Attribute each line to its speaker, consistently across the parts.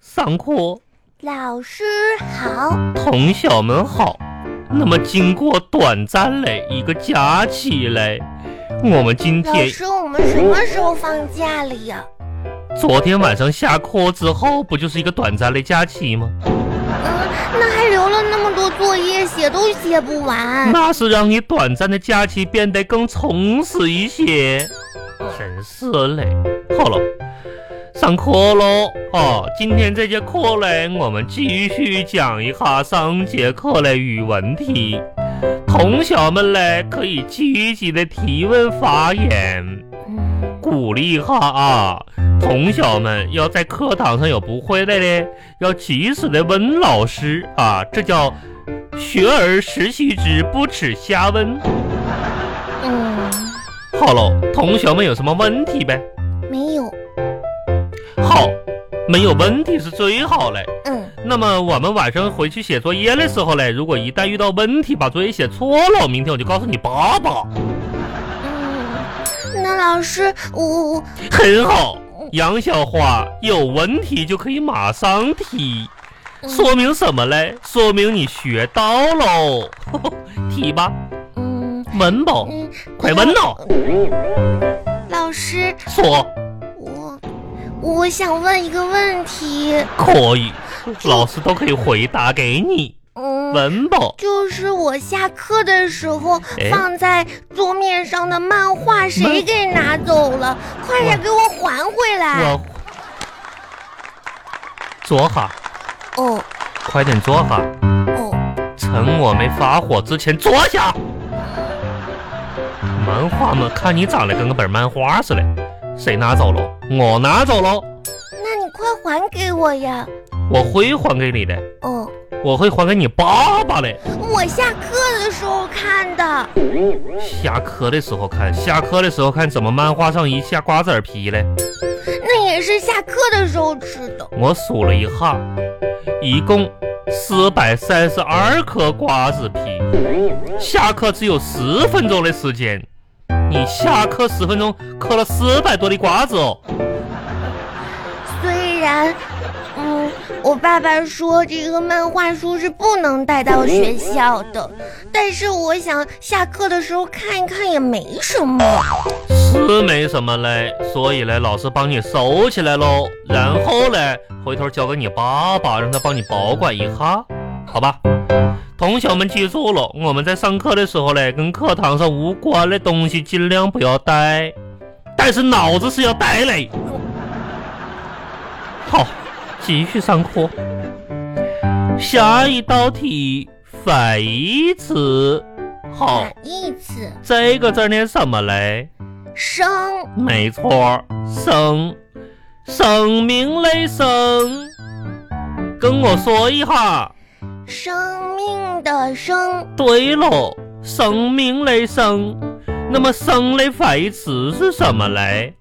Speaker 1: 上课，
Speaker 2: 老师好，
Speaker 1: 同学们好。那么，经过短暂的一个假期嘞，我们今
Speaker 2: 老
Speaker 1: 天
Speaker 2: 师，我们什么时候放假了呀？
Speaker 1: 昨天晚上下课之后，不就是一个短暂的假期吗？
Speaker 2: 嗯，那还留了那么多作业，写都写不完。
Speaker 1: 那是让你短暂的假期变得更充实一些。真是嘞，好了，上课喽！哦，今天这节课嘞，我们继续讲一下上节课的语文题。同学们嘞，可以积极的提问发言。
Speaker 2: 嗯
Speaker 1: 鼓励一下啊，同学们要在课堂上有不会的嘞，要及时的问老师啊，这叫学而时习之，不耻下问。
Speaker 2: 嗯，
Speaker 1: 好喽，同学们有什么问题呗？
Speaker 2: 没有。
Speaker 1: 好，没有问题是最好嘞。
Speaker 2: 嗯，
Speaker 1: 那么我们晚上回去写作业的时候嘞，如果一旦遇到问题，把作业写错了，明天我就告诉你爸爸。
Speaker 2: 嗯，那老师，我我
Speaker 1: 很好，杨小花有问题就可以马上提。
Speaker 2: 我
Speaker 1: 说明什么嘞？说明你学到喽。 提吧，
Speaker 2: 嗯
Speaker 1: 文宝，
Speaker 2: 嗯，
Speaker 1: 快问呐！
Speaker 2: 老师，
Speaker 1: 说
Speaker 2: 我我想问一个问题。
Speaker 1: 可以，老师都可以回答给你。
Speaker 2: 嗯，
Speaker 1: 文宝，
Speaker 2: 就是我下课的时候
Speaker 1: 哎
Speaker 2: 放在桌面上的漫画，谁
Speaker 1: 漫
Speaker 2: 给拿走了？快点给我还回来！
Speaker 1: 我坐下，
Speaker 2: 哦
Speaker 1: 快点坐下，
Speaker 2: 哦，
Speaker 1: 趁我没发火之前坐下。漫画嘛，看你长得跟个本漫画似的，谁拿走了？我拿走了，
Speaker 2: 那你快还给我呀！
Speaker 1: 我会还给你的，
Speaker 2: 哦，
Speaker 1: 我会还给你爸爸的。
Speaker 2: 我下课的时候看的。
Speaker 1: 下课的时候看，下课的时候看怎么漫画上一下瓜子儿皮嘞？
Speaker 2: 那也是下课的时候吃的。
Speaker 1: 我数了一下，一共四百三十二颗瓜子皮。下课只有十分钟的时间，你下课十分钟嗑了四百多的瓜子哦。
Speaker 2: 虽然，嗯，我爸爸说这个漫画书是不能带到学校的，但是我想下课的时候看一看也没什么。
Speaker 1: 是没什么嘞，所以嘞，老师帮你收起来喽。然后嘞，回头交给你爸爸，让他帮你保管一下，好吧？同学们记住了，我们在上课的时候嘞，跟课堂上无关的东西尽量不要带，但是脑子是要带嘞。好，继续上课。下一道题，反义词。好，
Speaker 2: 反义词：
Speaker 1: 这个字儿念什么嘞？
Speaker 2: 生
Speaker 1: 没错，生，生命的生，跟我说一下。
Speaker 2: 生命的生，
Speaker 1: 对喽，生命的生，那么生的反义词是什么嘞？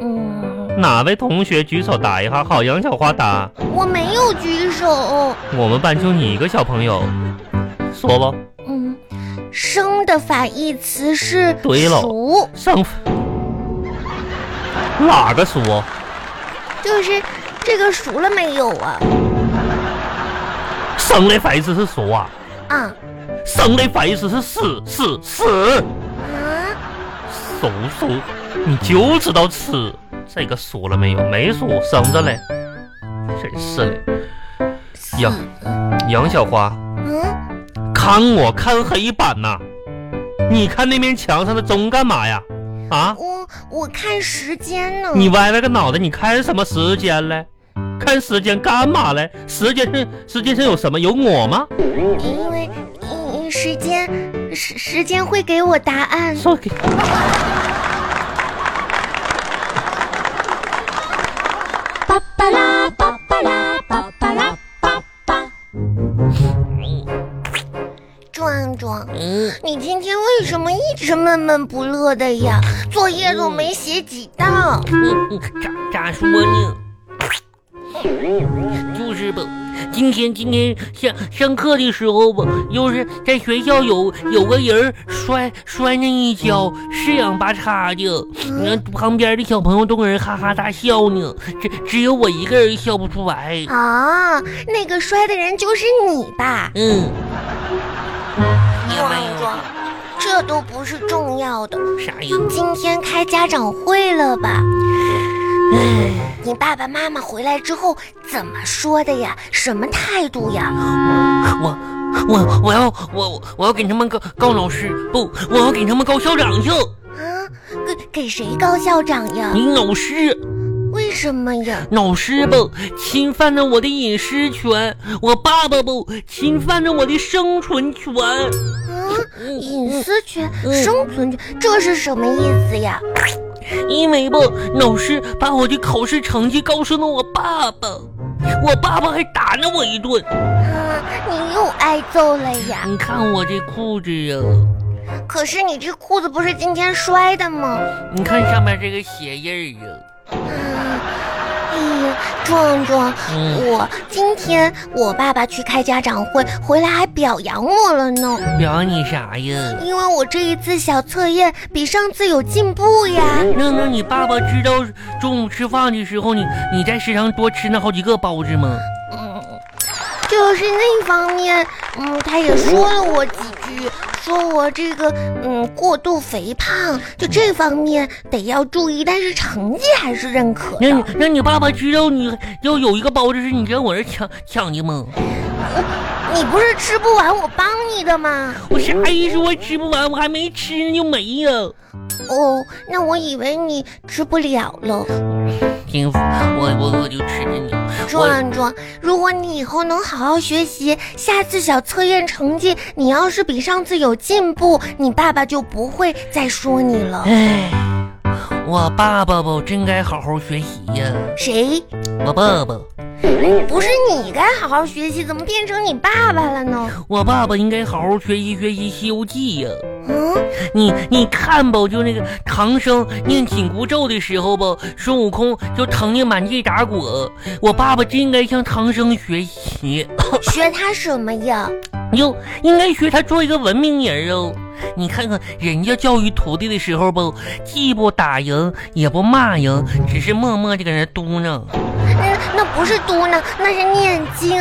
Speaker 2: 嗯，
Speaker 1: 哪位同学举手答一下？好，杨小花答。
Speaker 2: 我没有举手。
Speaker 1: 我们班就你一个小朋友，说吧。
Speaker 2: 嗯，生的反义词是
Speaker 1: 对了
Speaker 2: 熟，
Speaker 1: 生，哪个说？
Speaker 2: 就是这个熟了没有啊？
Speaker 1: 生的反义词是说啊，
Speaker 2: 啊
Speaker 1: 生的反义词是死死死。
Speaker 2: 啊，
Speaker 1: 熟熟，你就知道吃，这个熟了没有？没熟，生着嘞，真是的。呀
Speaker 2: 死
Speaker 1: 杨小花，
Speaker 2: 嗯，
Speaker 1: 看我看黑板呐、你看那面墙上的钟干嘛呀？啊，
Speaker 2: 我我看时间呢。
Speaker 1: 你歪歪个脑袋，你看什么时间嘞？看时间干嘛嘞？时间是时间上有什么？有我吗？
Speaker 2: 因为因时间时时间会给我答案。
Speaker 1: 说给。
Speaker 3: 巴巴拉巴巴拉巴巴拉巴巴。
Speaker 2: 壮壮，你今天为什么一直闷闷不乐的呀？作业都没写几道。
Speaker 1: 咋咋说呢？
Speaker 4: 就是吧。今天今天上上课的时候吧，要是在学校有有个人儿摔摔那一跤，四仰八叉的，那旁边的小朋友都搁人哈哈大笑呢，只只有我一个人笑不出来。
Speaker 2: 啊，那个摔的人就是你吧？
Speaker 4: 嗯，
Speaker 2: 壮壮，这都不是重要的。
Speaker 4: 啥呀？
Speaker 2: 今天开家长会了吧？你爸爸妈妈回来之后怎么说的呀？什么态度呀？
Speaker 4: 我我我要我我要给他们告告老师，不，我要给他们告校长去。
Speaker 2: 啊，给给谁告校长呀？
Speaker 4: 你老师。
Speaker 2: 为什么呀？
Speaker 4: 老师不侵犯了我的隐私权，我爸爸不侵犯了我的生存权。
Speaker 2: 啊，隐私权、
Speaker 4: 嗯
Speaker 2: 生存权，这是什么意思呀？
Speaker 4: 因为吧，老师把我的考试成绩告诉了我爸爸，我爸爸还打了我一顿。
Speaker 2: 啊，你又挨揍了呀？
Speaker 4: 你看我这裤子呀、
Speaker 2: 可是你这裤子不是今天摔的吗？
Speaker 4: 你看上面这个血印儿啊。
Speaker 2: 哎呀，壮壮，
Speaker 4: 嗯
Speaker 2: 我今天我爸爸去开家长会，回来还表扬我了呢，
Speaker 4: 表扬你啥呀？
Speaker 2: 因为我这一次小测验比上次有进步呀。
Speaker 4: 那那你爸爸知道中午吃饭的时候你你在食堂多吃那好几个包子吗？
Speaker 2: 嗯，就是那方面，嗯，他也说了我几句，说我这个嗯过度肥胖，就这方面得要注意，但是成绩还是认可
Speaker 4: 那你
Speaker 2: 的。
Speaker 4: 那你爸爸知道你要有一个包子是你跟我这抢抢的吗？
Speaker 2: 你不是吃不完我帮你的吗？
Speaker 4: 我啥意思？我哎吃不完，我还没吃呢就没呀。
Speaker 2: 哦，那我以为你吃不了了。
Speaker 4: 行，我我我就吃着你。我
Speaker 2: 壮壮，如果你以后能好好学习，下次小测验成绩你要是比上次有进步，你爸爸就不会再说你了。
Speaker 4: 哎，我爸爸吧，真该好好学习呀。
Speaker 2: 谁？
Speaker 4: 我爸爸，
Speaker 2: 不是你该好好学习，怎么变成你爸爸了呢？
Speaker 4: 我爸爸应该好好学习学习《西游记》呀。
Speaker 2: 嗯，
Speaker 4: 你你看吧，就那个唐僧念紧箍咒的时候吧，孙悟空就疼得满地打滚。我爸爸真应该向唐僧学习。
Speaker 2: 学他什么呀？
Speaker 4: 哟，应该学他做一个文明人哦。你看看人家教育徒弟的时候吧，既不打人，也不骂人，只是默默的搁那嘟囔，
Speaker 2: 那那不是嘟囔，那是念经。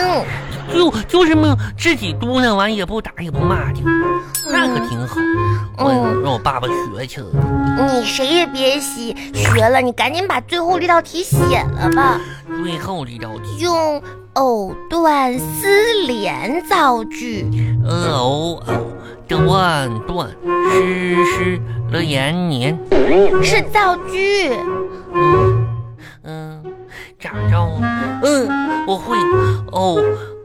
Speaker 4: 就就是没有自己嘟囔完也不打也不骂的，那可挺好。我
Speaker 2: 嗯
Speaker 4: 让我爸爸学去。
Speaker 2: 你谁也别洗，学了你赶紧把最后这道题写了吧。
Speaker 4: 最后这道题，
Speaker 2: 用藕断丝连造句。
Speaker 4: 呃哦，断断失失了延年，
Speaker 2: 是造句。
Speaker 4: 嗯、咋着？嗯，我会。藕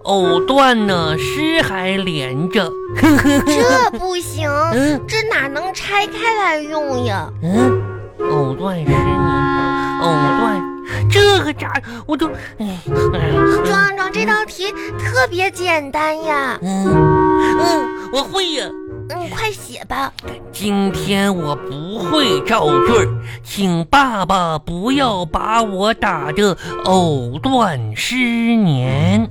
Speaker 4: 藕断呢，丝还连着。
Speaker 2: 这不行，
Speaker 4: 嗯
Speaker 2: 这哪能拆开来用呀？
Speaker 4: 嗯，藕断丝连，藕断，这个咋我都，哎哎呀，
Speaker 2: 壮壮，这道题特别简单呀，
Speaker 4: 嗯嗯，我会呀、
Speaker 2: 嗯，快写吧。
Speaker 4: 今天我不会造句儿，请爸爸不要把我打得藕断丝连。